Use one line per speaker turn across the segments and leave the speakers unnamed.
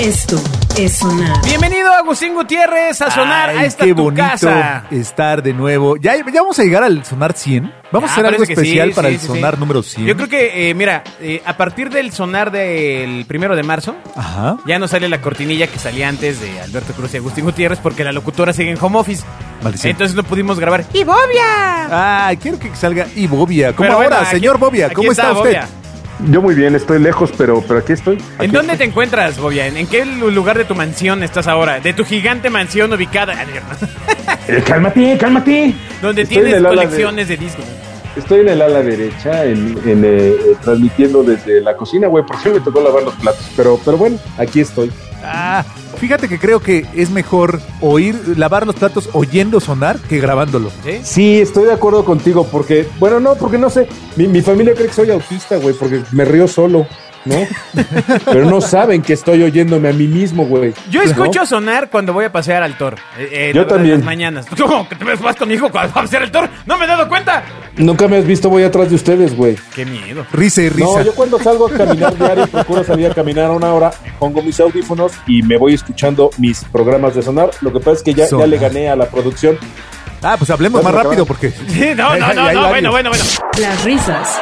Esto es sonar.
Bienvenido Agustín Gutiérrez a sonar
Ay,
a esta
qué
tu
bonito
casa.
estar de nuevo. Ya, ya vamos a llegar al sonar 100. Vamos a
Ah,
hacer algo
parece que sí,
especial para
sí,
el
sí,
sonar
sí.
número 100.
Yo creo que, eh, mira, eh, a partir del sonar del primero de marzo,
Ajá.
ya no sale la cortinilla que salía antes de Alberto Cruz y Agustín Gutiérrez porque la locutora sigue en home office.
Maldición.
Entonces no pudimos grabar.
¡Y Bobia!
Ay, quiero que salga. Y Bobia, ¿cómo
Pero bueno,
ahora,
aquí-
señor Bobia?
aquí
¿Cómo está, usted?
Bobia.
Yo muy bien, estoy lejos, pero, pero aquí estoy.
¿En
Aquí
dónde te
estoy.
encuentras, Bobia? ¿En- ¿En qué lu- lugar de tu mansión estás ahora? De tu gigante mansión ubicada.
Eh, cálmate, cálmate.
Donde
Estoy en
tienes
el ala de-
colecciones de discos.
Estoy en el ala derecha, en, en, eh, eh, transmitiendo desde la cocina, güey, porque me tocó lavar los platos. Pero, pero bueno, aquí estoy.
Ah, fíjate que creo que es mejor oír, lavar los platos oyendo sonar que grabándolo.
¿Sí?
Sí, estoy de acuerdo contigo, porque, bueno, no, porque no sé. Mi, mi familia cree que soy autista, güey, porque me río solo, ¿no? pero no saben que estoy oyéndome a mí mismo, güey.
Yo
¿no?
escucho sonar cuando voy a pasear al toro. Eh, eh,
Yo
en las
también.
mañanas. ¿Cómo? ¿Que te ves- vas conmigo cuando vas a pasear al toro? ¡No me he dado cuenta!
Nunca me has visto, voy atrás de ustedes, güey.
¡Qué miedo!
Risa y risa.
No, yo cuando salgo a caminar diario, procuro salir a caminar una hora, pongo mis audífonos y me voy escuchando mis programas de sonar. Lo que pasa es que ya, ya
Sonar.
le gané a la producción.
Ah, pues hablemos más rápido porque.
Sí, no, no,
Ahí- ahí
no,
hay
no,
varios.
bueno, bueno, bueno.
Las risas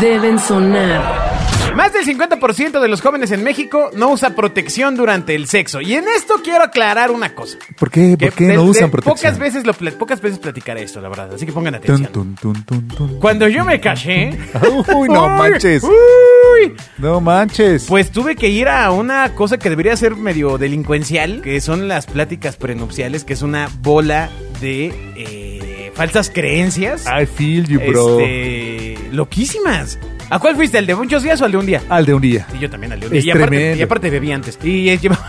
deben sonar.
Más del 50% de los jóvenes en México no usa protección durante el sexo. Y en esto quiero aclarar una cosa.
¿Por qué?
Que
¿Por qué
de-
no
de-
usan protección?
Pocas veces, lo, pla- pocas veces platicaré esto, la verdad. Así que pongan atención.
Tun, tun, tun, tun, tun.
Cuando yo me casé...
Uy, no manches.
uy,
No manches.
Pues tuve que ir a una cosa que debería ser medio delincuencial, que son las pláticas prenupciales, que es una bola de eh, falsas creencias.
I feel you, bro.
Este, loquísimas. ¿A cuál fuiste? ¿El de muchos días o al de un día?
Al de un día.
Sí, yo también al de un día.
Es
y, aparte,
tremendo.
y aparte bebí antes. Y, eh, llevaba-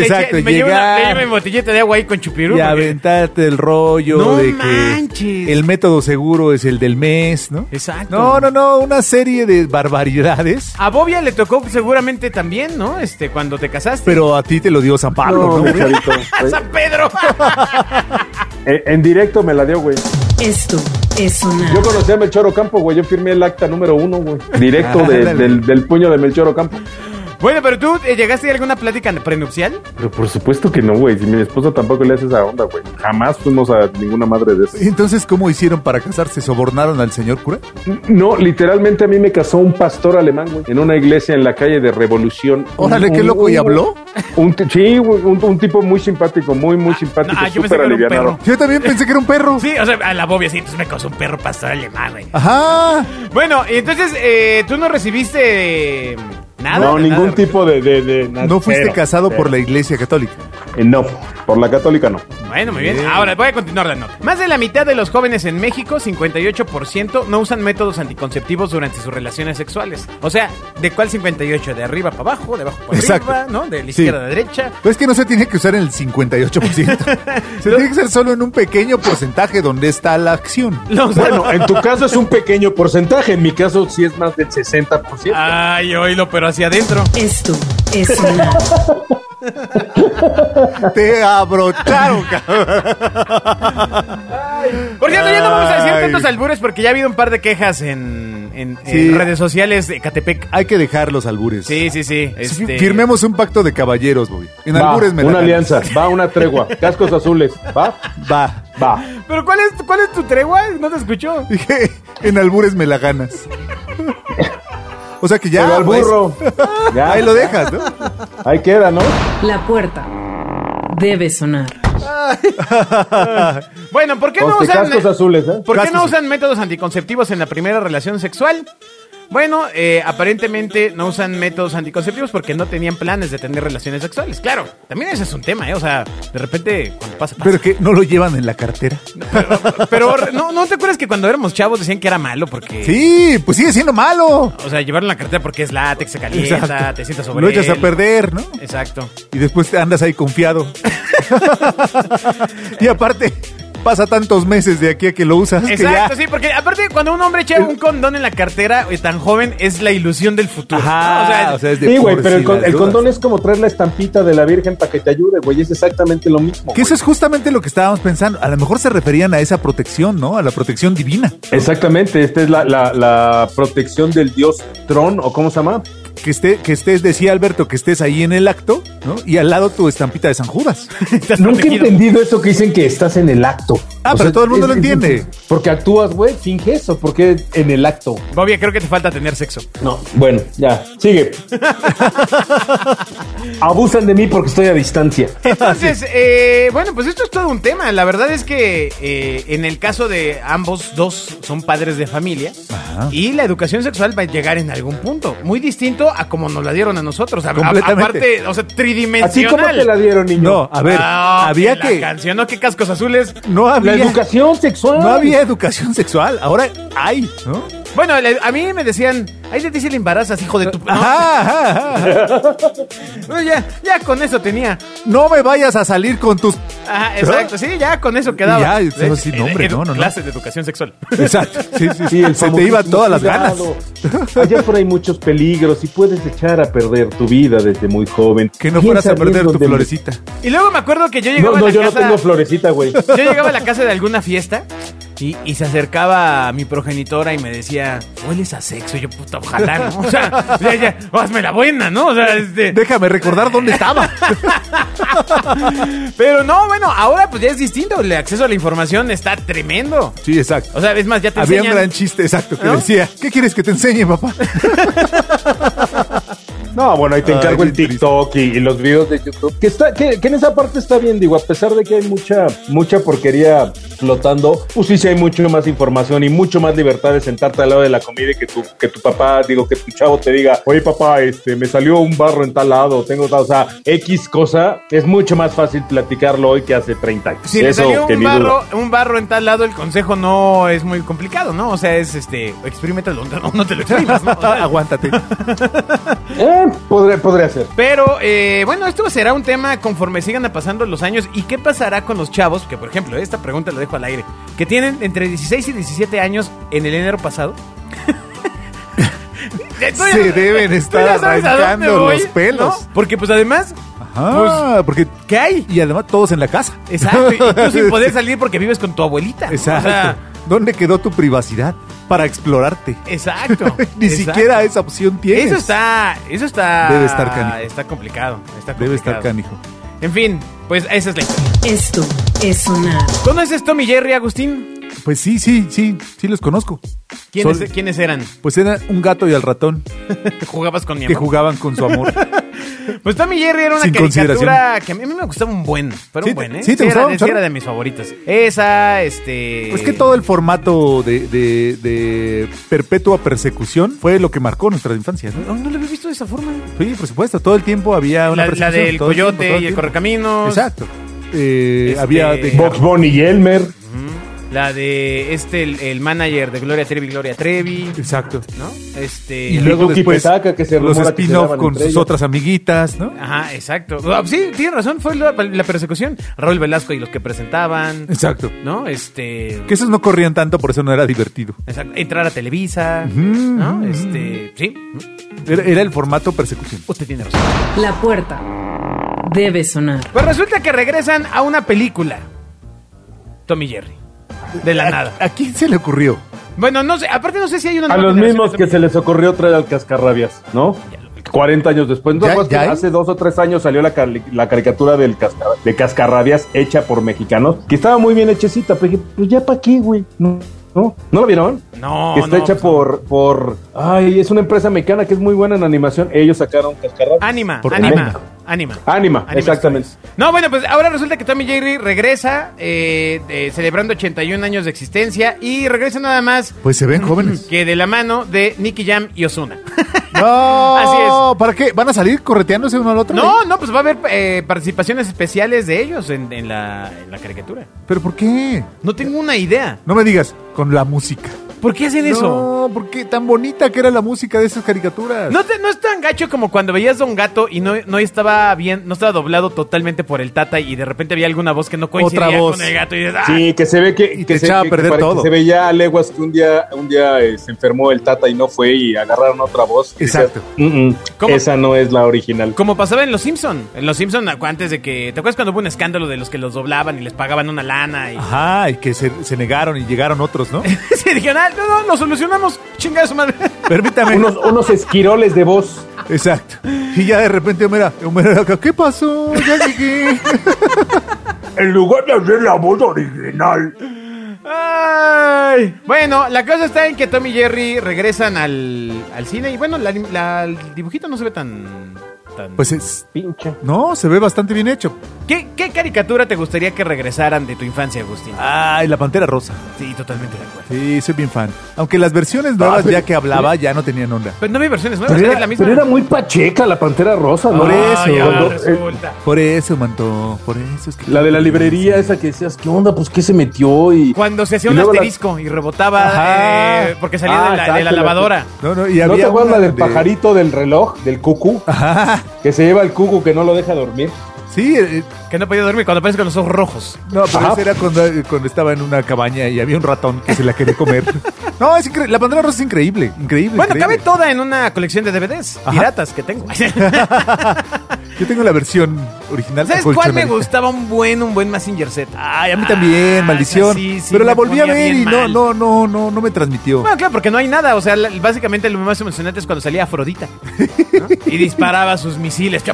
le eché-
exacto,
Me llevé una-
llegar.
me llevé mi botellita de agua ahí con chupirú.
Y
porque-
aventarte el rollo
No
de que
manches.
el método seguro es el del mes, ¿no?
Exacto.
No, no, no, una serie de barbaridades,
A Bobia le tocó seguramente también, ¿no? Este, cuando te casaste.
pero a ti te lo dio San Pablo,
No,
¿no?
mi chavito.
¡San Pedro!
en, Eh, en directo me la dio, güey.
Esto es sonar.
Yo conocí a Melchor Ocampo, güey. Yo firmé el acta número uno, güey. Directo de-
Ándale.
del, del puño de Melchor Ocampo.
bueno, pero tú eh, llegaste a alguna plática prenupcial.
Pero por supuesto que no, güey. Si mi esposa tampoco le hace esa onda, güey. Jamás fuimos a ninguna madre de esas.
Entonces, ¿cómo hicieron para casarse? ¿Sobornaron al señor cura?
No, literalmente a mí me casó un pastor alemán, güey, en una iglesia en la calle de Revolución.
Órale,
Un-
qué
un-
loco, ¿y
un-
habló?
Un, ti- sí, güey, un, un tipo muy simpático, muy, muy simpático,
ah, yo pensé
súper
que era un
alivianado.
Yo también pensé que era un perro.
Sí, o sea, a la Bobia sí, pues me causó un perro pastor alemán, güey.
Ajá.
Bueno, y entonces, eh, ¿tú no recibiste eh, nada?
no,
Nada,
ningún
nada.
tipo de... de, de- nada.
No fuiste
Cero,
casado
cero.
por la iglesia católica.
Eh, no, por la católica no.
Bueno, muy bien. Ahora voy a continuar la nota. Más de la mitad de los jóvenes en México, 58%, no usan métodos anticonceptivos durante sus relaciones sexuales. O sea, ¿de cuál 58? ¿De arriba para abajo? ¿De abajo para
Exacto.
arriba? ¿No? ¿De la
Sí.
izquierda a la derecha?
Pues es que no se tiene que usar en el 58%. se tiene que usar solo en un pequeño porcentaje donde está la acción.
Los-
Bueno, en tu caso es un pequeño porcentaje, en mi caso sí es más del 60%.
Ah, Ay, oílo, pero hacia adentro.
Esto es sonar.
Te abrocharon, cabrón.
Por cierto, ya no vamos a decir
Ay.
tantos albures porque ya ha habido un par de quejas en, en- en
Sí.
redes sociales de Catepec.
Hay que dejar los albures.
Sí, sí, sí.
Sí,
este-
Firmemos un pacto de caballeros, Bobby. En
Va,
albures me la
una
ganas.
alianza, va una tregua, cascos azules, va,
Va.
va.
¿Pero cuál es, cuál es tu tregua? No te escuchó.
Dije, en albures me la ganas. O sea que ya.
Pero al
pues,
burro. Ya,
ahí lo dejas, ¿no?
Ahí queda, ¿no?
La puerta debe sonar.
Bueno, ¿por qué no
Con
usan,
cascos azules, ¿eh?
¿por qué no
Cascos.
usan métodos anticonceptivos en la primera relación sexual? Bueno, eh, aparentemente no usan métodos anticonceptivos porque no tenían planes de tener relaciones sexuales. Claro, también ese es un tema, ¿eh? O sea, de repente, cuando pasa, pasa.
Pero que no lo llevan en la cartera.
Pero, ¿no, ¿no te acuerdas que cuando éramos chavos decían que era malo porque...
Sí, pues sigue siendo malo.
O sea, llevarlo en la cartera porque es látex, se calienta,
Exacto.
te sientas sobre
Lo echas a
él.
perder, ¿no?
Exacto.
Y después te andas ahí confiado. y aparte, pasa tantos meses de aquí a que lo usas. que ya-
Exacto, sí, porque aparte cuando un hombre echa un condón en la cartera eh, tan joven es la ilusión del futuro. ¿no?
Ajá,
O sea,
es de
Sí, güey,
por
pero
si
el, con-
las
el
dudas.
condón es como traer la estampita de la Virgen para que te ayude, güey. Es exactamente lo mismo.
Que eso es justamente lo que estábamos pensando. A lo mejor se referían a esa protección, ¿no? A la protección divina.
Exactamente, esta es la, la- la protección del dios Tron, o cómo se llama.
que, esté, que estés, decía Alberto, que estés ahí en el acto, ¿no? Y al lado tu estampita de San Judas.
Estás
Nunca he
protegido.
entendido eso que dicen que estás en el acto.
Ah, pero todo el mundo lo entiende.
Porque actúas, güey, finges o porque en el acto.
Bobia, creo que te falta tener sexo.
No, bueno, ya, sigue. Abusan de mí porque estoy a distancia.
Entonces, eh, bueno, pues esto es todo un tema. La verdad es que eh, en el caso de ambos dos son padres de familia
Ajá.
y la educación sexual va a llegar en algún punto. Muy distinto a como nos la dieron a nosotros. A- a-
Completamente.
aparte, o sea,
Así como te
tridimensional.
la dieron, niño.
No, a ver,
Ah,
había
la
que.
canción, ¿no? ¿Qué cascos azules?
No
la
había.
educación sexual.
No había educación sexual. Ahora hay, ¿no?
Bueno, le- a mí me decían, ahí te dice el embarazas, hijo de tu...
Ah,
No,
Ajá, ajá, ajá.
no, ya, ya con eso tenía.
No me vayas a salir con tus.
Ajá, exacto, sí, ya con eso quedaba.
ya, eso sí, no, hombre,
Edu-
no, no, no.
Clases de educación sexual.
Exacto. Sí, sí,
Sí, el
Se te
famosísimo
iban todas las ganas.
cuidado. Allá por ahí muchos peligros y puedes echar a perder tu vida desde muy joven.
Que no
Piensa
fueras a perder
bien
tu
dónde-
florecita.
Y luego me acuerdo que yo
No,
llegaba
no,
a la
yo no
casa...
tengo florecita, güey.
Yo llegaba a la casa de alguna fiesta y, y se acercaba a mi progenitora y me decía, hueles a sexo. Y yo, puta, ojalá, ¿no? O sea, ya, ya, hazme la buena, ¿no? O sea, este...
Déjame recordar dónde estaba.
Pero no, bueno, ahora pues ya es distinto. El acceso a la información está tremendo.
Sí, exacto.
O sea, es más, ya te
Había un
enseñan-
gran chiste, exacto, que
¿No?
decía, ¿qué quieres que te enseñe, papá?
No, bueno, ahí te encargo
Ay,
el
qué triste.
TikTok y, y los videos de YouTube. Que, está, que, que en esa parte está bien, digo, a pesar de que hay mucha, mucha porquería flotando, pues sí, sí hay mucho más información y mucho más libertad de sentarte al lado de la comida y que tu, que tu papá, digo, que tu chavo te diga, oye papá, este, me salió un barro en tal lado, tengo tal, o sea, X cosa, es mucho más fácil platicarlo hoy que hace 30 años.
Si le salió
que
un
ni duda.
barro, un barro en tal lado, el consejo no es muy complicado, ¿no? O sea, es este, experimentalo, no, no te lo exprimas, ¿no? O sea,
Aguántate.
Eh, podría, podría ser.
Pero eh, bueno, esto será un tema conforme sigan pasando los años. ¿Y qué pasará con los chavos? Que por ejemplo, esta pregunta la dejo al aire. Que tienen entre 16 y 17 años en el enero pasado. Tú ya-
Se deben
tú ya
estar
sabes a dónde
arrancando
voy,
los pelos.
¿no? Porque pues además,
Ajá, porque
¿qué hay?
Pues, y además todos en la casa.
Exacto, y tú sin poder salir porque vives con tu abuelita. ¿no? O sea,
Exacto. ¿Dónde quedó tu privacidad para explorarte?
exacto.
Ni
exacto.
siquiera esa opción tienes.
Eso está, eso está.
Debe estar canijo.
Está complicado. Está
Debe estar
complicado.
canijo.
En fin, pues esa es la historia.
Esto es sonar.
¿Conoces Tommy Jerry, Agustín?
Pues sí, sí, sí, sí los conozco.
¿Quiénes,
Son-
¿quiénes eran?
Pues era un gato y al ratón
¿Jugabas con mi
que
amor?
jugaban con su amor.
Pues Tommy Jerry era una
Sin
caricatura
consideración.
que a mí, a mí me gustaba un buen. Pero
Sí,
un buen, ¿eh?
sí, te
era,
gustaba
de- sí
un chorro.
era de mis favoritas. Esa, este...
Pues que todo el formato de, de- de perpetua persecución fue lo que marcó nuestra infancia, ¿no?
No, no lo había visto de esa forma.
Sí, por supuesto, todo el tiempo había una
La, la
persecución,
del
todo el
coyote
tiempo, todo el
y el
tiempo.
correcaminos.
Exacto. Eh,
Este,
Había de
Box Bunny y Elmer.
Ujú. La de este, el, el manager de Gloria Trevi, Gloria Trevi.
Exacto.
¿No? Este...
Y luego
Tuki
después
Petaca, que se
los
rumora que se
spin-off
daban
con
entre
sus
ellos.
otras amiguitas, ¿no?
Ajá, exacto. Ah, Sí, tiene razón, fue la, la persecución. Raúl Velasco y los que presentaban,
Exacto.
¿no? Este...
Que esos no corrían tanto, por eso no era divertido.
Exacto. Entrar a Televisa, ¿no? Este, sí.
Era, era el formato persecución.
Usted tiene razón.
La puerta debe sonar.
Pues resulta que regresan a una película. Tommy Jerry. De la nada.
¿A quién se le ocurrió?
Bueno, no sé. Aparte no sé si hay una...
A
nueva
los
generación
mismos
de
que
Tommy
se les ocurrió traer al cascarrabias, ¿no? 40 años después. ¿No
¿Ya-
acuerdas
ya
que
hay?
hace dos o tres años salió la, cari- la caricatura del casca- de cascarrabias hecha por mexicanos, que estaba muy bien hechecita, pero dije, pues ya para qué, güey. No, no, ¿No la vieron?
Jerry. No,
que está
no,
hecha
pues,
por, por... Ay, es una empresa mexicana que es muy buena en animación. Ellos sacaron cascarrabias.
Anima,
Por
anima,
México.
anima.
Anima, exactamente.
Stories. No, bueno, pues ahora resulta que Tommy Jerry regresa eh, eh, celebrando 81 años de existencia y regresa nada más
Pues se ven jóvenes.
que de la mano de Nicky Jam y Osuna.
No,
Así
es. ¿Para qué? ¿Van a salir correteándose uno al otro?
No, no, pues va a haber eh, participaciones especiales de ellos en, en la, en la caricatura.
¿Pero por qué?
No tengo una idea.
No me digas, con la música.
¿Por qué hacen eso?
No, porque tan bonita que era la música de esas caricaturas.
No, te- no es tan gacho como cuando veías a un gato y no, no estaba bien, no estaba doblado totalmente por el tata y de repente había alguna voz que no coincidía
Otra voz.
con el gato y dices, ¡ah!
Sí, que se ve que,
Y
que
te
se,
echaba a
que-
perder
que pare- que
todo.
se veía a leguas que un día, un día eh, se enfermó el Tata y no fue y agarraron otra voz. Y
Exacto.
decías, "Mm, mm,
¿Cómo?
Esa no es la original.
Como pasaba en Los Simpson. En Los Simpson acu- antes de que, ¿te acuerdas cuando hubo un escándalo de los que los doblaban y les pagaban una lana y
Ah. Ajá, y que se, se negaron y llegaron otros, ¿no?
se dijeron, "Ah, no, no, lo solucionamos, chingada su madre.
Permítame.
Unos, unos esquiroles de voz.
Exacto. Y ya de repente Homero, Homero era acá, ¿qué pasó? Ya llegué.
En lugar de hacer la voz original.
Ay. Bueno, la cosa está en que Tom y Jerry regresan al, al cine y bueno, la- la- el dibujito no se ve tan... tan...
Pues es.
Pinche.
No, se ve bastante bien hecho.
¿Qué, qué caricatura te gustaría que regresaran de tu infancia, Agustín?
Ah.
Ay, la pantera rosa.
Sí, totalmente de acuerdo.
Sí, soy bien fan. Aunque las versiones nuevas,
pero-
ya que hablaba, ya no tenían onda.
Pero no vi versiones nuevas,
Pero
es la
era,
misma.
pero era muy pacheca la pantera rosa, ¿no?
Por
Ay,
eso.
ahora
Cuando- eh,
resulta.
Por eso, manto. Por eso es que.
la de la librería, esa que decías, ¿qué onda? Pues qué se metió y.
Cuando se hacía
Y
un
luego la-
asterisco y rebotaba
Ajá.
eh, porque salía de, la,
Ah,
de la
exacto, la-
lavadora.
No, no, y
¿No
había.
te acuerdas
una
la del
de-
pajarito del reloj, del cucu?
Ajá.
Que se lleva el cucu que no lo deja dormir.
Sí, eh,
Que no podía dormir cuando aparece con los ojos rojos.
no, pero
Ajá.
ese era cuando, cuando estaba en una cabaña y había un ratón que se la quería comer. no, es increíble. La pantera rosa es increíble. Increíble.
Bueno, cabe
increíble.
toda en una colección de DVDs piratas que tengo.
Yo tengo la versión original.
¿Sabes cuál me
acolchonadita.
gustaba? Un buen, un buen Massinger Z.
Ay, a mí también,
Ah,
maldición.
sí, sí,
pero la
me
volví a
ponía
ver
bien
y no,
mal.
no, no, no, no me transmitió.
Bueno, claro, porque no hay nada. O sea, la- básicamente lo más emocionante es cuando salía Afrodita. ¿no? Y disparaba sus misiles.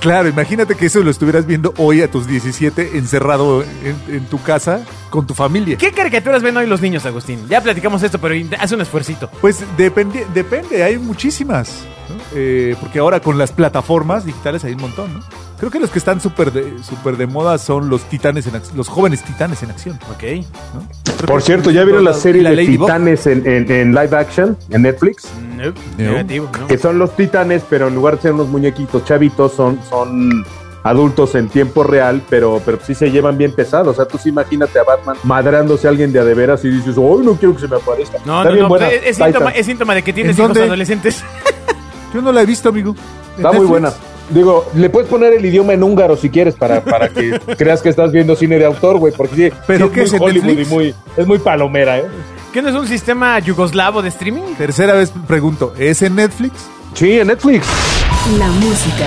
Claro, imagínate que eso lo estuvieras viendo hoy a tus 17 encerrado en, en tu casa con tu familia.
¿Qué caricaturas ven hoy los niños, Agustín? Ya platicamos esto, pero in- haz un esfuercito.
Pues depende, depende, hay muchísimas. ¿no? Eh, porque ahora con las plataformas digitales hay un montón, ¿no? Creo que los que están súper de, súper de moda son los titanes en ac- los jóvenes titanes en acción.
Ok.
¿no? Creo
Por
que-
cierto, ¿ya vieron la serie de
Ladybug?
Titanes en, en- en live action en Netflix?
Nope,
Nope.
Negativo, ¿no?
Que son los titanes, pero en lugar de ser unos muñequitos chavitos, son, son adultos en tiempo real, pero, pero sí se llevan bien pesados. O sea, tú sí imagínate a Batman madrándose a alguien de a de veras y dices, ¡ay, no quiero que se me aparezca!
No,
Está
no,
bien
no,
buena,
es, es
Titan.
síntoma, es síntoma de que tienes
¿En
hijos
dónde?
adolescentes.
Yo no la he visto, amigo.
Está muy buena. Digo, le puedes poner el idioma en húngaro si quieres para, para que creas que estás viendo cine de autor, güey, porque sí,
¿Pero
sí
qué es en
muy Hollywood y
Netflix?
muy, es muy palomera, ¿eh?
¿Qué no es un sistema yugoslavo de streaming?
Tercera vez pregunto, ¿es en Netflix?
Sí, en Netflix.
La música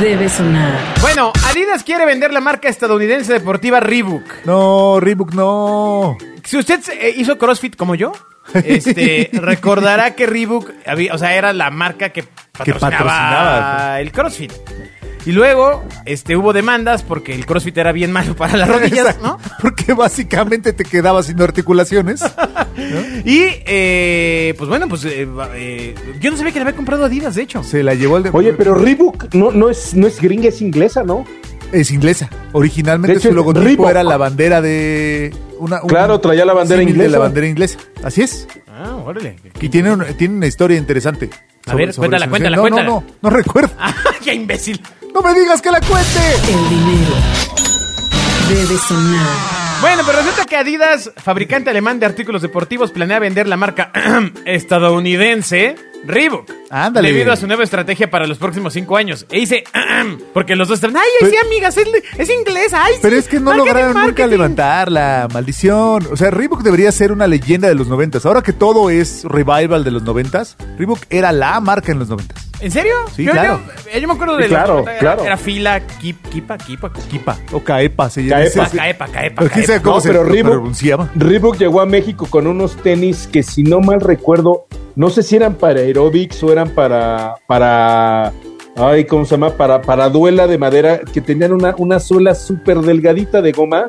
debe sonar.
Bueno, Adidas quiere vender la marca estadounidense deportiva Reebok.
No, Reebok, no.
Si usted eh, hizo CrossFit como yo, este, recordará que Reebok había- o sea, era la marca que patrocinaba,
patrocinaba.
el CrossFit. Y luego este, hubo demandas porque el CrossFit era bien malo para las rodillas,
Exacto,
¿no?
Porque básicamente te quedabas sin articulaciones.
Y, eh, pues bueno, pues eh, eh, yo no sabía que le había comprado Adidas, de hecho.
Se la llevó al de-
Oye, pero Reebok no, no, es, no es gringa, es inglesa, ¿no?
Es inglesa. Originalmente
De hecho,
su logotipo
Reebok.
era la bandera de. Una, un
Claro, traía la bandera
símil
inglesa.
De la bandera inglesa. Así es.
Ah, órale.
Y tiene, un- tiene una historia interesante.
A ver, cuéntala,
su-
cuéntala,
no,
cuéntala.
No, no, no recuerdo.
Ah, ¡Qué imbécil!
No me digas que la cuente.
El dinero debe sonar.
Bueno, pero resulta que Adidas, fabricante alemán de artículos deportivos, planea vender la marca estadounidense Reebok.
Ándale.
Debido a su nueva estrategia para los próximos cinco años. E hice, porque los dos están, ay, ay,
Pero-
sí, amigas, es, es inglesa, ay,
Pero
sí,
es que no
marca de
lograron nunca
marketing".
levantarla. Maldición. O sea, Reebok debería ser una leyenda de los noventas. Ahora que todo es revival de los noventas, Reebok era la marca en los noventas.
¿En serio?
Sí, claro.
Yo, yo me acuerdo
Sí,
de
claro,
era,
claro.
Era fila, ah, Kip- Kipa, Kipa, Kipa.
O Caepa se llama.
Caepa.
Ese-
Caepa, caepa,
Pero quién sabe
caepa.
cómo
No,
se
pero Reebok-
pronunciaba.
Reebok llegó a México con unos tenis que, si no mal recuerdo, no sé si eran para aerobics o eran para. para ay, ¿cómo se llama? Para, para duela de madera, que tenían una, una suela súper delgadita de goma,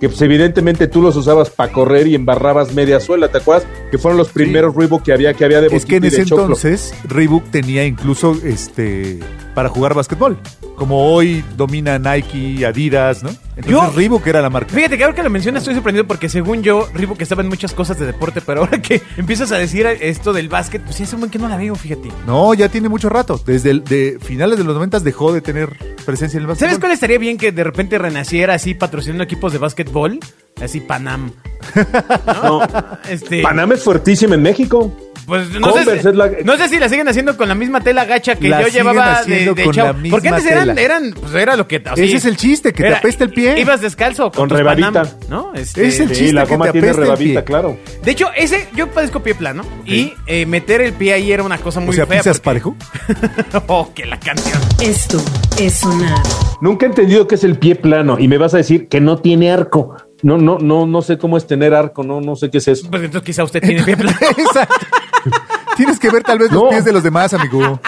que pues, evidentemente tú los usabas para correr y embarrabas media suela, ¿te acuerdas? Que fueron los primeros Reebok que había, que había de
Es que en
boquita y de
ese
choclo.
entonces Reebok tenía incluso este para jugar básquetbol. Como hoy domina Nike, Adidas, ¿no? Entonces
Yo-
Reebok era la marca.
Fíjate que ahora que lo mencionas estoy sorprendido porque según yo, Reebok estaba en muchas cosas de deporte, pero ahora que empiezas a decir esto del básquet, pues sí, hace un buen que no la veo, fíjate.
No, ya tiene mucho rato. Desde el- de finales de los 90 dejó de tener presencia en el básquetbol.
¿Sabes cuál estaría bien que de repente renaciera así patrocinando equipos de básquetbol? Así Panam. ¿No? Este,
Panamá es fuertísima en México.
Pues no sé,
Converse
si,
es la-
no sé si la siguen haciendo con la misma tela gacha que
La
yo
siguen
llevaba de,
haciendo
de
con
chavo.
la misma
Porque antes eran,
tela.
eran, pues era lo que. así-
Ese es el chiste, que te
era-
apesta el pie.
Ibas descalzo con,
Con
tus
rebabita.
Panam, ¿no? Este,
Es el
Sí,
chiste
la
que
goma
te
tiene
apesta el
rebabita,
pie.
claro.
De hecho, ese, yo padezco pie plano. Y eh, meter el pie ahí era una cosa muy
o sea,
fea.
pisas
porque-
parejo.
oh, que la canción.
Esto es sonar.
Nunca he entendido qué es el pie plano y me vas a decir que no tiene arco. No, no, no, no sé cómo es tener arco, no, no sé qué es eso.
Pues entonces quizá usted tiene pie plano.
Exacto. Tienes que ver tal vez
No.
los pies de los demás, amigo.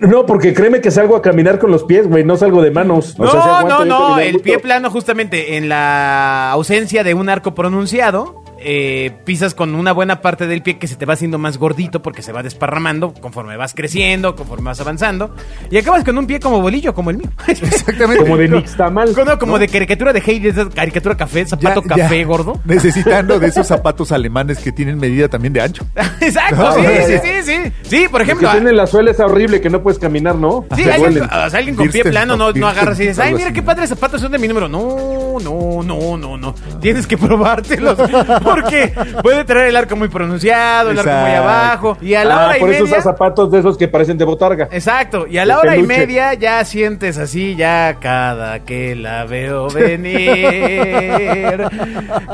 No, porque créeme que salgo a caminar con los pies, güey, no salgo de manos. O
No,
sea, se aguanta
no,
bien
no,
caminar
el
mucho.
pie plano justamente en la ausencia de un arco pronunciado, eh, pisas con una buena parte del pie que se te va haciendo más gordito porque se va desparramando conforme vas creciendo, conforme vas avanzando, y acabas con un pie como bolillo, como el mío.
Exactamente.
Como de nixtamal.
Como- como de caricatura de Heidi, de esa caricatura café,
Ya-
zapato
ya.
café gordo.
Necesitando de esos zapatos alemanes que tienen medida también de ancho.
Exacto,
No,
sí,
ya,
sí,
ya.
sí, sí. Sí, por
Que
ejemplo. a-
tiene la suela es horrible, que no puedes caminar, ¿no?
Sí,
Te
alguien,
duelen.
o sea, alguien con pie
Birkenstock,
plano no, no agarras y dices, ay,
algo
mira
así,
qué
¿no?
padres zapatos son de mi número. No, no, no, no, no. Tienes que probártelos. Porque puede tener el arco muy pronunciado, el arco muy
Exacto.
abajo. Y a la
Ah,
hora y
por eso
media.
usas zapatos de esos que parecen de botarga.
Exacto, y a la
de
hora y
peluche.
media ya sientes así, ya cada que la veo venir.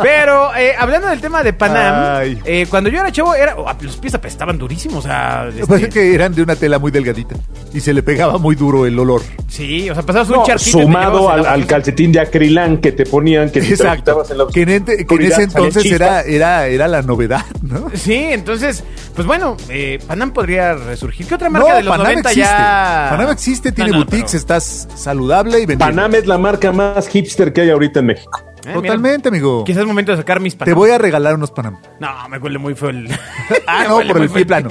Pero eh, hablando del tema de Panam,
Ay.
eh, cuando yo era chavo, era, oh, los pies apestaban durísimos. O
Pues
sea,
Lo que pasa
este,
es que eran de una tela muy delgadita y se le pegaba muy duro el olor.
sí, o sea, pasabas un
No,
charquito. y te
sumado
llevabas el
al,
agua.
al calcetín de acrilán que te ponían, que si te lo
Exacto.
quitabas en la
que en, ente- que en
oscuridad
ese
salían
entonces era,
chispas.
era, era la novedad, ¿no?
Sí, entonces, pues bueno, eh, Panam podría resurgir. ¿Qué otra
No,
marca de los 90
existe.
ya?
Panam existe, tiene
No, no,
boutiques,
pero-
estás saludable y vendiendo.
Panam es la marca más hipster que hay ahorita en México.
Eh, mira,
Totalmente, amigo.
Quizás es momento de sacar mis
Te
Panam.
voy a regalar unos Panam.
No, me huele muy feo el.
Ah,
Me
no,
huele
por
muy
el
feo
pie plano.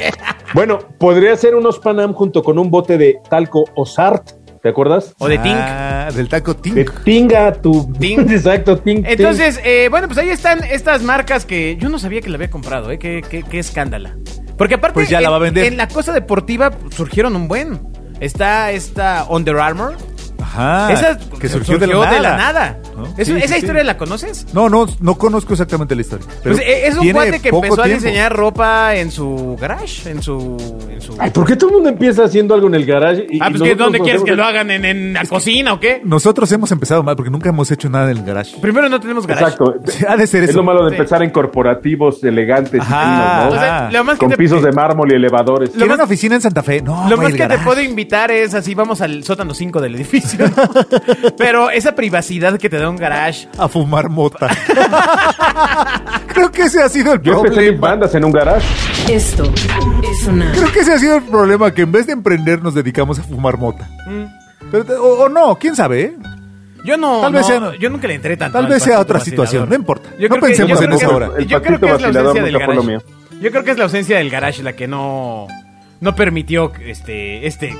Bueno, podría ser unos Panam junto con un bote de talco o Sart, ¿te acuerdas?
O de Tink.
Ah, del taco Tink.
De tinga tu...
Ting.
Exacto, ting. ting.
Entonces, eh, bueno, pues ahí están estas marcas que yo no sabía que la había comprado, ¿eh? Qué, qué- qué escándala. Porque aparte,
Pues ya la
en,
va a vender.
en la cosa deportiva surgieron un buen. Está esta Under Armour.
Ajá.
esa
Ah, que surgió, de la nada. ¿No?
¿Es-
Sí, sí,
¿Esa
sí.
historia la conoces?
No, no, no conozco exactamente la historia. pero
Pues, eh, es un
tiene
cuate que
poco
empezó a
tiempo.
diseñar ropa en su garage, en su... En su...
Ay, ¿por qué todo el mundo empieza haciendo algo en el garage? y-
ah, pues que
y nosotros
¿dónde
nos
quieres
hacemos
que
el-
lo hagan? ¿En, en la cocina o qué?
Nosotros hemos empezado mal porque nunca hemos hecho nada en el garage.
Primero no tenemos garage.
Exacto.
Ha de ser
Es
eso.
lo malo de
Sí.
empezar en corporativos elegantes, y
Ajá.
finos,
O
¿no?
sea,
Ah,
lo más que
Con
te-
pisos de mármol y elevadores.
Lo
Tiene
más-
una oficina en Santa Fe. No,
Lo
güey,
más
el
que te
garage.
puedo invitar es así, vamos al sótano 5 del edificio. ¿no? Pero esa privacidad que te da un garage.
A fumar mota. Creo que ese ha sido el
Yo empecé en
problema.
bandas en un garage.
Esto es sonar.
Creo que ese ha sido el problema, que en vez de emprender nos dedicamos a fumar mota.
Mm.
Pero- o, o no, quién sabe, ¿eh?
Yo no,
Tal vez
no,
sea, no.
yo nunca le entré tanto.
Tal
al
vez sea
patito
otra situación, no importa. No
creo que-
pensemos
yo creo
en
que-
eso ahora.
El
Yo creo que
patito
es la
vacilador
ausencia del
nunca fue lo
garage. Yo creo que es la ausencia del garage la que no no permitió este este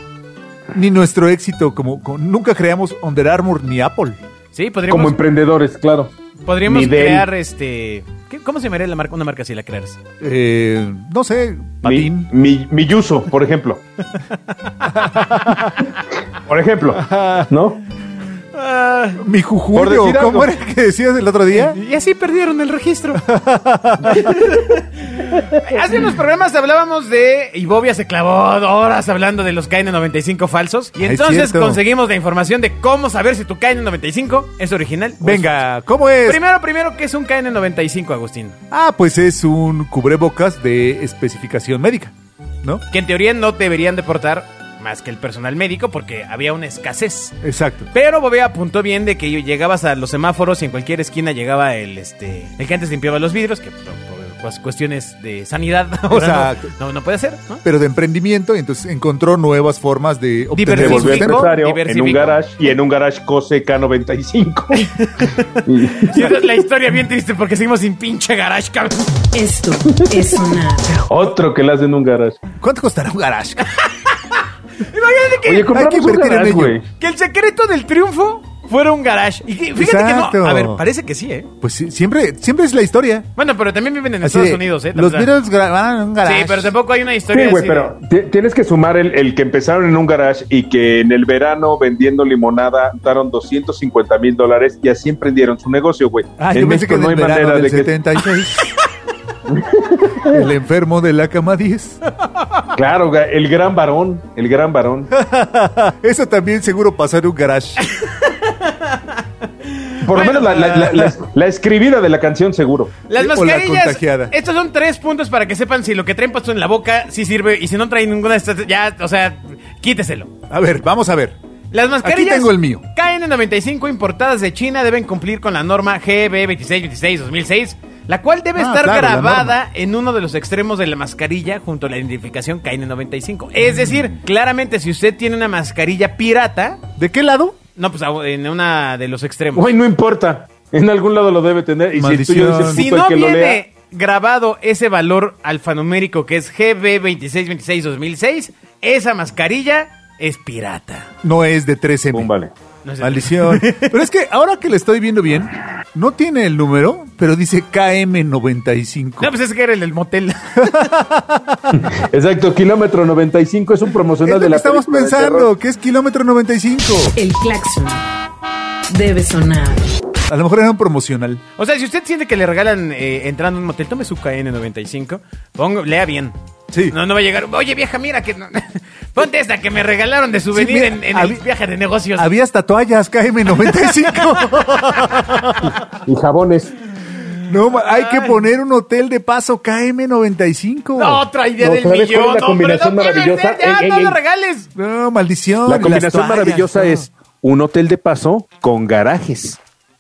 Ni nuestro éxito, como, como- nunca creamos Under Armour ni Apple.
Sí,
Como
podríamos
emprendedores, claro.
podríamos
ni de él.
crear este ¿qué- ¿Cómo se llamaría la marca, una marca si la crearas?
Eh, no sé,
Mi,
patín.
mi, mi yuso, por ejemplo. por ejemplo, ¿no?
Ah.
Mi, jujuyo.
Por decir
¿Cómo
algo.
era que decías el otro día?
Y así perdieron el registro. Hace unos programas hablábamos de. Y Bobia se clavó horas hablando de los KN95 falsos. Y
Es
entonces
cierto.
conseguimos la información de cómo saber si tu KN95 es original. o
Venga, ¿cómo es?
es- Primero, primero, ¿qué es un KN95, Agustín?
Ah, pues es un cubrebocas de especificación médica, ¿no?
Que en teoría no deberían deportar más que el personal médico porque había una escasez.
Exacto.
Pero Bobea apuntó bien de que llegabas a los semáforos y en cualquier esquina llegaba el este el que antes limpiaba los vidrios, que por, por cuas- cuestiones de sanidad ahora
Exacto.
no, no, no puede ser, ¿no?
Pero de emprendimiento, y entonces encontró nuevas formas de obtener
Se
Diversificó.
volvió
sustento.
empresario en
diversificó.
un garage y en un garage cose K95.
Y esa es la historia bien triste porque seguimos sin pinche garage, cabrón.
Esto es sonar.
Otro que le hacen en un garage.
¿Cuánto costará un garage?
Imagínate que,
Oye, compramos un
invertir en
garage,
ello.
güey.
que el secreto del triunfo fuera un garage. Y que- fíjate que no.
Exacto.
A ver, parece que sí, ¿eh?
Pues sí, siempre, siempre es la historia.
Bueno, pero también viven en
Así
Estados
de,
Unidos, ¿eh?
Los
O sea,
Beatles gra- van a un garage.
Sí, pero tampoco hay una historia
Sí, güey,
así
pero
de-
ti- tienes que sumar el, el que empezaron en un garage y que en el verano vendiendo limonada daron 250 mil dólares y así emprendieron su negocio, güey.
Ah,
en
yo pensé que
México no hay
del verano
manera
del
de que...
76. el enfermo de la cama 10.
Claro, güey, el gran varón, el gran varón.
Eso también seguro pasó en un garage.
Por lo
Bueno,
menos la, la- la- la- la escribida de la canción, seguro.
Las
Sí, o la
mascarillas.
contagiada.
estos son tres puntos para que sepan si lo que traen puesto en la boca sí sirve y si no traen ninguna de estas, ya, o sea, quíteselo.
A ver, vamos a ver.
Las mascarillas
tengo el mío.
KN95 importadas de China deben cumplir con la norma GB 2626-2006 la cual debe
Ah,
estar
claro, la
grabada en uno de los extremos de la mascarilla junto a la identificación KN95. Es
Mm.
decir, claramente si usted tiene una mascarilla pirata,
¿De qué lado?
no, pues a- en una de los extremos.
Güey, no importa. En algún lado lo debe tener. Y si el tuyo
Maldición.
es Pues, el
si
puto
no
el que lo lea.
viene grabado ese valor alfanumérico que es GB2626-2006, esa mascarilla es pirata.
No es de 13M.
Pum, vale.
No es de-
Maldición. pero es que ahora que le estoy viendo bien, no tiene el número, pero dice KM95.
No, pues es que era el del motel.
Exacto, kilómetro 95 es un
es
promocional
lo
de
que
la
estamos
película de
pensando,
terror.
que es kilómetro 95.
El claxon debe sonar.
A lo mejor era un promocional.
O sea, si usted siente que le regalan eh, entrando a un motel, tome su KN95, ponga, lea bien.
Sí.
No, no va a llegar. Oye, vieja, mira que. no- Ponte esta que me regalaron de souvenir
mira,
en, en el
habí-
viaje de negocios.
Había hasta toallas KM95.
Y jabones.
no, ma- hay que
Ay.
poner un hotel de paso KM95.
No, otra idea
No,
del
¿sabes cuál es la
millón. hombre,
combinación
no puedes
maravillosa?
hacer, ya,
Ey,
no
ey,
lo
ey.
regales.
No, maldición.
La
y las
combinación
toallas,
maravillosa
no.
es un hotel de paso con garajes.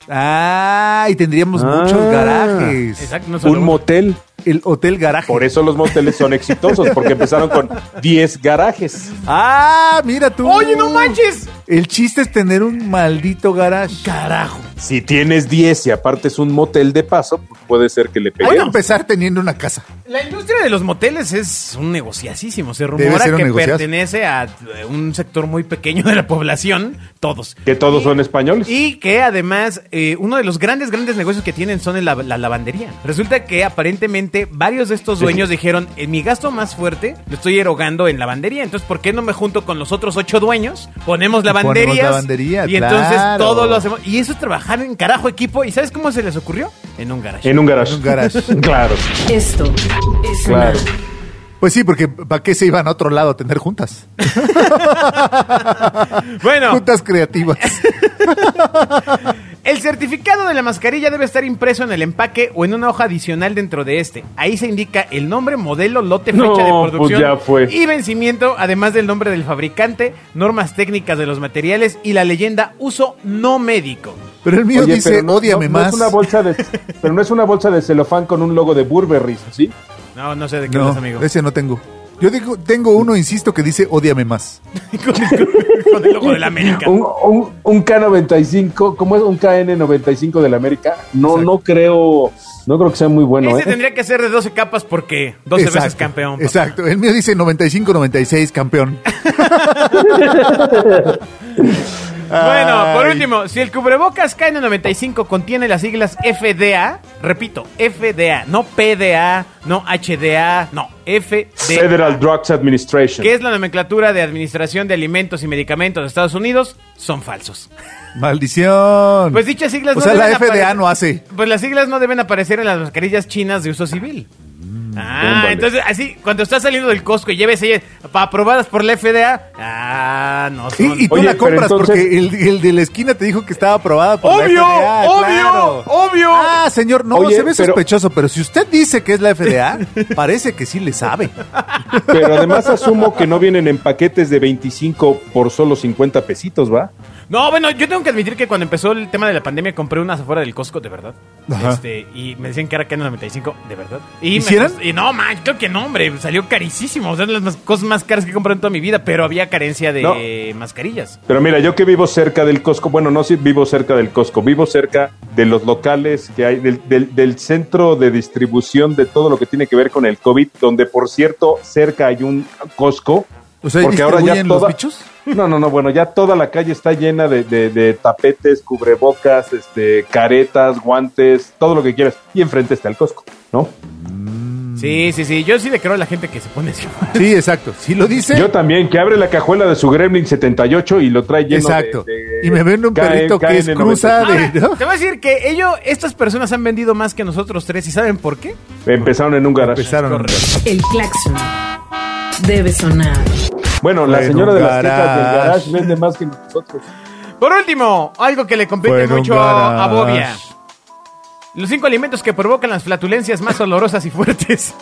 Ah, y tendríamos
Ah.
muchos garajes.
Exacto, no solo
Un
uno.
motel.
El hotel garaje.
Por eso los moteles son exitosos, porque empezaron con 10 garajes.
Ah, mira tú.
Oye, no manches.
El chiste es tener un maldito garage. Carajo.
Si tienes 10 y aparte es un motel de paso, pues puede ser que le
Voy a
peguemos.
empezar teniendo una casa.
La industria de los moteles es un negociasísimo. Se
Debe
rumora
ser un
que
negociazo.
pertenece a eh, un sector muy pequeño de la población, todos.
Que todos son españoles.
Y que además eh, uno de los grandes, grandes negocios que tienen son el la, la lavandería. Resulta que aparentemente varios de estos dueños dijeron, "Eh, mi gasto más fuerte lo estoy erogando en lavandería, entonces ¿por qué no me junto con los otros ocho dueños? Ponemos lavanderías.
lavandería,
y entonces
claro.
todo lo hacemos. Y eso es trabajar en carajo equipo. ¿Y sabes cómo se les ocurrió? En un garage.
En un garage.
En un garage.
claro.
Esto es sonar.
Claro.
Pues sí, porque ¿para qué se iban a otro lado a tener juntas?
Bueno,
Juntas creativas.
El certificado de la mascarilla debe estar impreso en el empaque o en una hoja adicional dentro de este. Ahí se indica el nombre, modelo, lote, fecha
No,
de
pues
producción
ya fue.
y vencimiento, además del nombre del fabricante, normas técnicas de los materiales y la leyenda uso no médico.
Pero el mío
Oye,
dice,
pero no-
odiame
no- no
más.
es una bolsa de, pero no es una bolsa de celofán con un logo de Burberry, ¿sí?
No, no sé de qué
no,
hablas, amigo.
ese no tengo. Yo digo, tengo uno, insisto, que dice, odiame más.
con, el, con el logo de la América.
Un, un- un K95, ¿cómo es un KN95 de la América? No, no creo, no creo que sea muy bueno,
Ese
¿eh?
tendría que ser de 12 capas porque 12 veces
Exacto,
campeón. papá.
Exacto. El mío dice 95-96, campeón.
Bueno, por
Ay.
último, si el cubrebocas KN95 contiene las siglas FDA, repito, FDA, no PDA, no HDA, no, FDA,
Federal Drugs Administration.
que es la nomenclatura de Administración de Alimentos y Medicamentos de Estados Unidos, son falsos.
Maldición.
Pues dichas siglas
O sea, la
deben
FDA
aparecer-
no hace.
Pues las siglas no deben aparecer en las mascarillas chinas de uso civil. Ah,
Tómbale.
entonces así, cuando estás saliendo del Costco y lleves ellas aprobadas por la FDA, ah, no son.
Y, y tú
Oye,
la
pero
compras
entonces-
porque el, el de la esquina te dijo que estaba aprobada por
Obvio,
la FDA.
obvio,
claro.
obvio.
Ah, señor, no,
Oye,
se ve
pero-
sospechoso, pero si usted dice que es la FDA, parece que sí le sabe.
Pero además asumo que no vienen en paquetes de 25 por solo 50 pesitos, ¿va?
No, bueno, yo tengo que admitir que cuando empezó el tema de la pandemia compré unas afuera del Costco, de verdad.
Ajá.
Este, y me decían que era KN95, de verdad. Y me
¿Hicieron?
cost- y no, man, creo que no, hombre. Salió carísimo. O sea, las más- cosas más caras que he comprado en toda mi vida, pero había carencia de
No.
mascarillas.
Pero mira, yo que vivo cerca del Costco, bueno, no sí, vivo cerca del Costco, vivo cerca de los locales que hay, del, del- del centro de distribución de todo lo que tiene que ver con el COVID, donde por cierto, cerca hay un Costco.
O sea, ¿y distribuyen los bichos?
No, no, no, bueno, ya toda la calle está llena de, de- de tapetes, cubrebocas, este, caretas, guantes, todo lo que quieras. Y enfrente está el Costco, ¿no?
Sí, sí, sí. Yo sí le creo a la gente que se pone así.
Sí, exacto. Si lo dice,
Yo también, que abre la cajuela de su Gremlin 78 y lo trae lleno
exacto.
de, de-
y me vende un
K-
perrito que es
KN95.
cruza
Ahora,
de... ¿no?
Te voy a decir que ello, estas personas han vendido más que nosotros tres. ¿Y saben por qué?
Empezaron en un garage.
Empezaron.
El claxon debe sonar.
Bueno, la
Bueno,
señora de las
garage.
quejas del garage vende más que nosotros.
Por último, algo que le compete
Bueno,
mucho
garage.
a Bobia. Los cinco alimentos que provocan las flatulencias más olorosas y fuertes.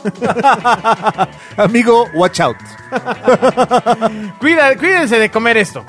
Amigo, watch out.
Cuida- cuídense de comer esto.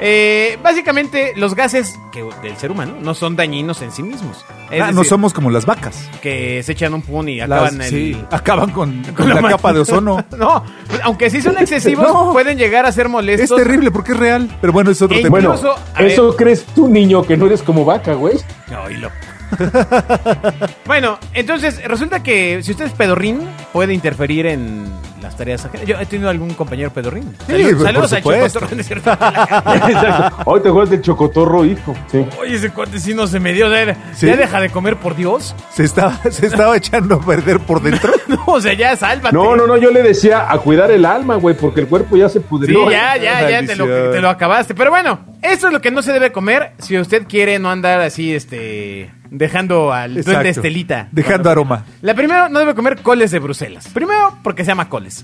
Eh, básicamente, los gases que, del ser humano no son dañinos en sí mismos. Es
Ah, no
decir,
somos como las vacas.
que se echan un pun y acaban
Las-
el...
sí, acaban con, con
la
la
ma-
capa de ozono.
No, aunque sí son excesivos,
No.
pueden llegar a ser
es
molestos.
terrible porque es real. Pero bueno, es otro
Ey,
tema.
Bueno,
Incluso, a ver.
eso crees tú, niño, que no eres como vaca, güey.
No, hilo. bueno, entonces resulta que si usted es pedorrín, puede interferir en las tareas ajenas. Yo he tenido algún compañero pedorrín.
Sí, pues,
Salud-
por
saludos a
supuesto.
Chocotorro, ¿no es cierto?
Exacto. Hoy te acuerdas del chocotorro, hijo. Sí.
Oye, ese cuate sí no se me dio. o sea,
Sí.
Ya deja de comer, por Dios.
se, estaba, se estaba echando a perder por dentro.
No, o sea, ya sálvate.
No, no, no, yo le decía a cuidar el alma, güey, porque el cuerpo ya se
Sí,
pudrió.
ya, ya, ya te lo,
maldición.
te lo acabaste. Pero bueno, eso es lo que no se debe comer si usted quiere no andar así, este, dejando al duende
Exacto.
estelita.
Dejando aroma.
La primera, no debe comer coles de Bruselas. Primero, porque se llama coles.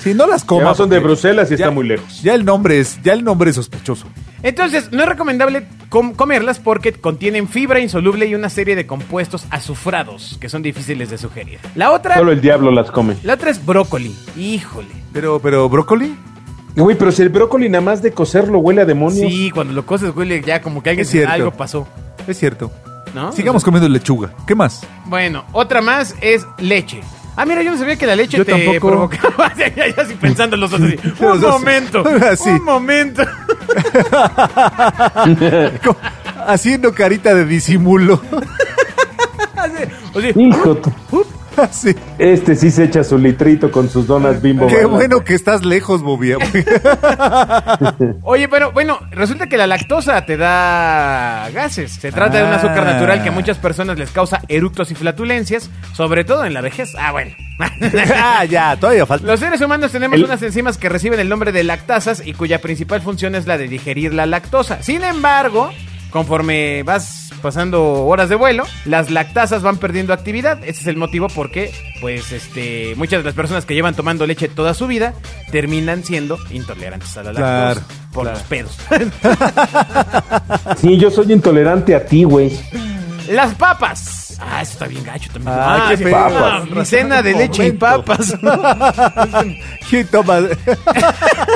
Si no las
Ya
comas.
son de
porque
Bruselas y
ya-
está muy lejos.
Ya el nombre es, ya el nombre es sospechoso.
Entonces, no es recomendable com- comerlas porque contienen fibra insoluble y una serie de compuestos azufrados que son difíciles de sugerir. La otra,
Solo el diablo las come.
la otra es brócoli. Híjole.
Pero, pero brócoli,
Güey, pero si el brócoli nada más de cocerlo huele a demonios.
Sí, cuando lo coces, huele ya como que alguien,
Es cierto.
algo pasó.
es cierto.
¿no?
Sigamos comiendo lechuga. ¿Qué más?
Bueno, otra más es leche. Ah, mira, yo no sabía que la leche
Yo
te
tampoco.
provocaba. ya, ya, ya, así pensando los dos así. Un
Los dos.
momento.
Así.
Un momento.
Co- Haciendo carita de disimulo.
O sea,
Hijo, t-
Así.
este sí se echa su litrito con sus donas bimbo.
Qué
Bala.
bueno que estás lejos, Bobia.
Oye, pero bueno, resulta que la lactosa te da gases. Se trata de un
Ah.
azúcar natural que a muchas personas les causa eructos y flatulencias, sobre todo en la vejez. Ah, bueno.
ah, ya, todavía falta.
Los seres humanos tenemos
El-
unas enzimas que reciben el nombre de lactasas y cuya principal función es la de digerir la lactosa. Sin embargo, conforme vas pasando horas de vuelo, las lactasas van perdiendo actividad. Ese es el motivo por qué, pues, este, muchas de las personas que llevan tomando leche toda su vida terminan siendo intolerantes a la lactosa
Claro,
por
claro.
los pedos.
Sí, yo soy intolerante a ti, güey.
Las papas. Ah, eso está bien gacho también.
Ah, qué
sí,
feo.
ah, Mi cena de leche y
Momento.
papas.
¿Quién toma?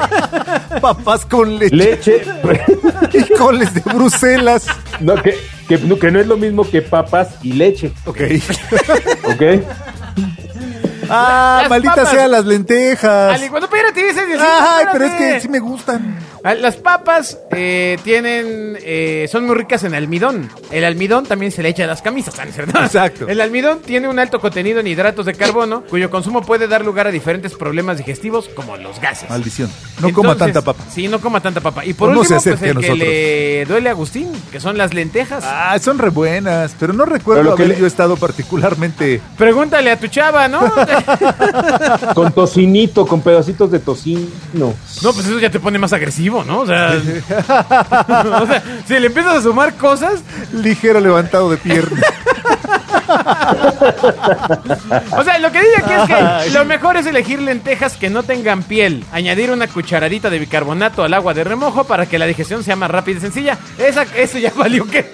Papás con leche
Leche.
y coles de Bruselas.
no, que, que, no, que no es lo mismo que papas y leche.
Ok.
¿Ok?
Ah,
Las
maldita
papas.
sea las lentejas.
Ali, cuando espérate, dices, dices,
Ay, pero es
espérate.
que sí me gustan.
Ah, Las papas eh, tienen, eh, son muy ricas en almidón. El almidón también se le echa a las camisas, ¿no es cierto?
Exacto.
El almidón tiene un alto contenido en hidratos de carbono, cuyo consumo puede dar lugar a diferentes problemas digestivos como los gases.
Maldición. No coma
Entonces,
tanta papa.
Sí, no coma tanta papa. Y por
No se
último, pues
acerque a
el que
nosotros.
le duele a Agustín, que son las lentejas.
Ah, son re buenas, pero no recuerdo
Pero lo que
haber
le-
yo estado particularmente.
Pregúntale a tu chava, ¿no?
Con tocinito, con pedacitos de tocino.
No, pues eso ya te pone más agresivo, ¿no? O sea, o sea, si le empiezas a sumar cosas,
Ligero levantado de pierna.
o sea, lo que dice aquí es que lo mejor es elegir lentejas que no tengan piel, añadir una cucharadita de bicarbonato al agua de remojo para que la digestión sea más rápida y sencilla. Esa, eso ya valió que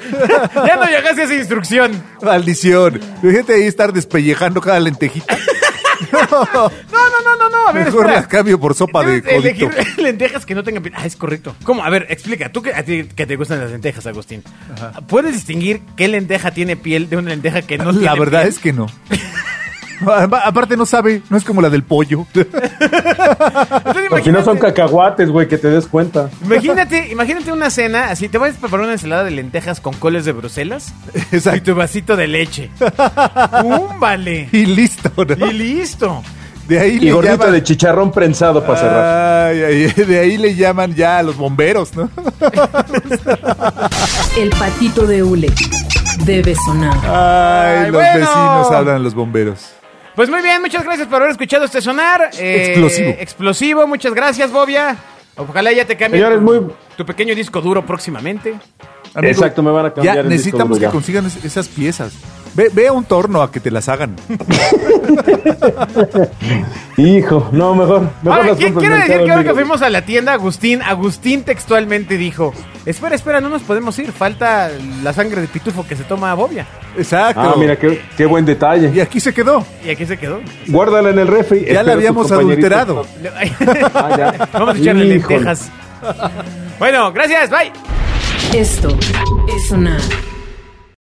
ya no llegaste a esa instrucción.
Maldición. Fíjate ahí estar despellejando cada lentejita. No,
No, no, no, no, no. A ver,
mejor
espera.
las cambio por sopa de
Debes
codito.
elegir lentejas que no tengan piel. Ah, es correcto. ¿Cómo? A ver, explica. Tú que, a ti que te gustan las lentejas, Agustín. ¿Puedes distinguir qué lenteja tiene piel de una lenteja que no
La
tiene
verdad
piel?
es que no. A- Aparte no sabe, no es como la del pollo.
Entonces,
Porque no
imagínate-
son cacahuates, güey, que te des cuenta.
Imagínate, imagínate una cena, así te vas a preparar una ensalada de lentejas con coles de Bruselas y
Exacto.
tu vasito de leche. ¡Um, vale!
Y listo, ¿no?
Y listo.
De ahí
Y
le
gordita
llaman-
de chicharrón prensado para cerrar.
Ay, ay, de ahí le llaman ya a los bomberos, ¿no?
El patito de Ule debe sonar.
Ay, los
bueno.
vecinos hablan a los bomberos.
Pues muy bien, muchas gracias por haber escuchado este sonar. eh,
Explosivo.
Explosivo, muchas gracias, Bobia. Ojalá ya te cambie
Señores,
tu,
muy-
tu pequeño disco duro próximamente.
Amigo,
Exacto, me van a cambiar
Ya
el
necesitamos
disco duro
que
ya.
consigan es- esas piezas. Ve, ve a un torno a que te las hagan.
Hijo, no, mejor. mejor
Ahora,
las
¿quién
compro en
quiere decir
Mercado
que ahora que
Libre.
fuimos a la tienda, Agustín, Agustín textualmente dijo, espera, espera, no nos podemos ir, falta la sangre de pitufo que se toma a Bobia.
Exacto.
Ah, mira, qué, qué buen
Y
detalle.
aquí se quedó.
Y aquí se quedó.
Guárdala en el refri.
Ya
Espero
la
tus
habíamos
compañeritos.
adulterado.
Le-
Ah, ya.
Vamos a echarle
Híjole.
lentejas. Bueno, gracias, bye.
Esto es sonar.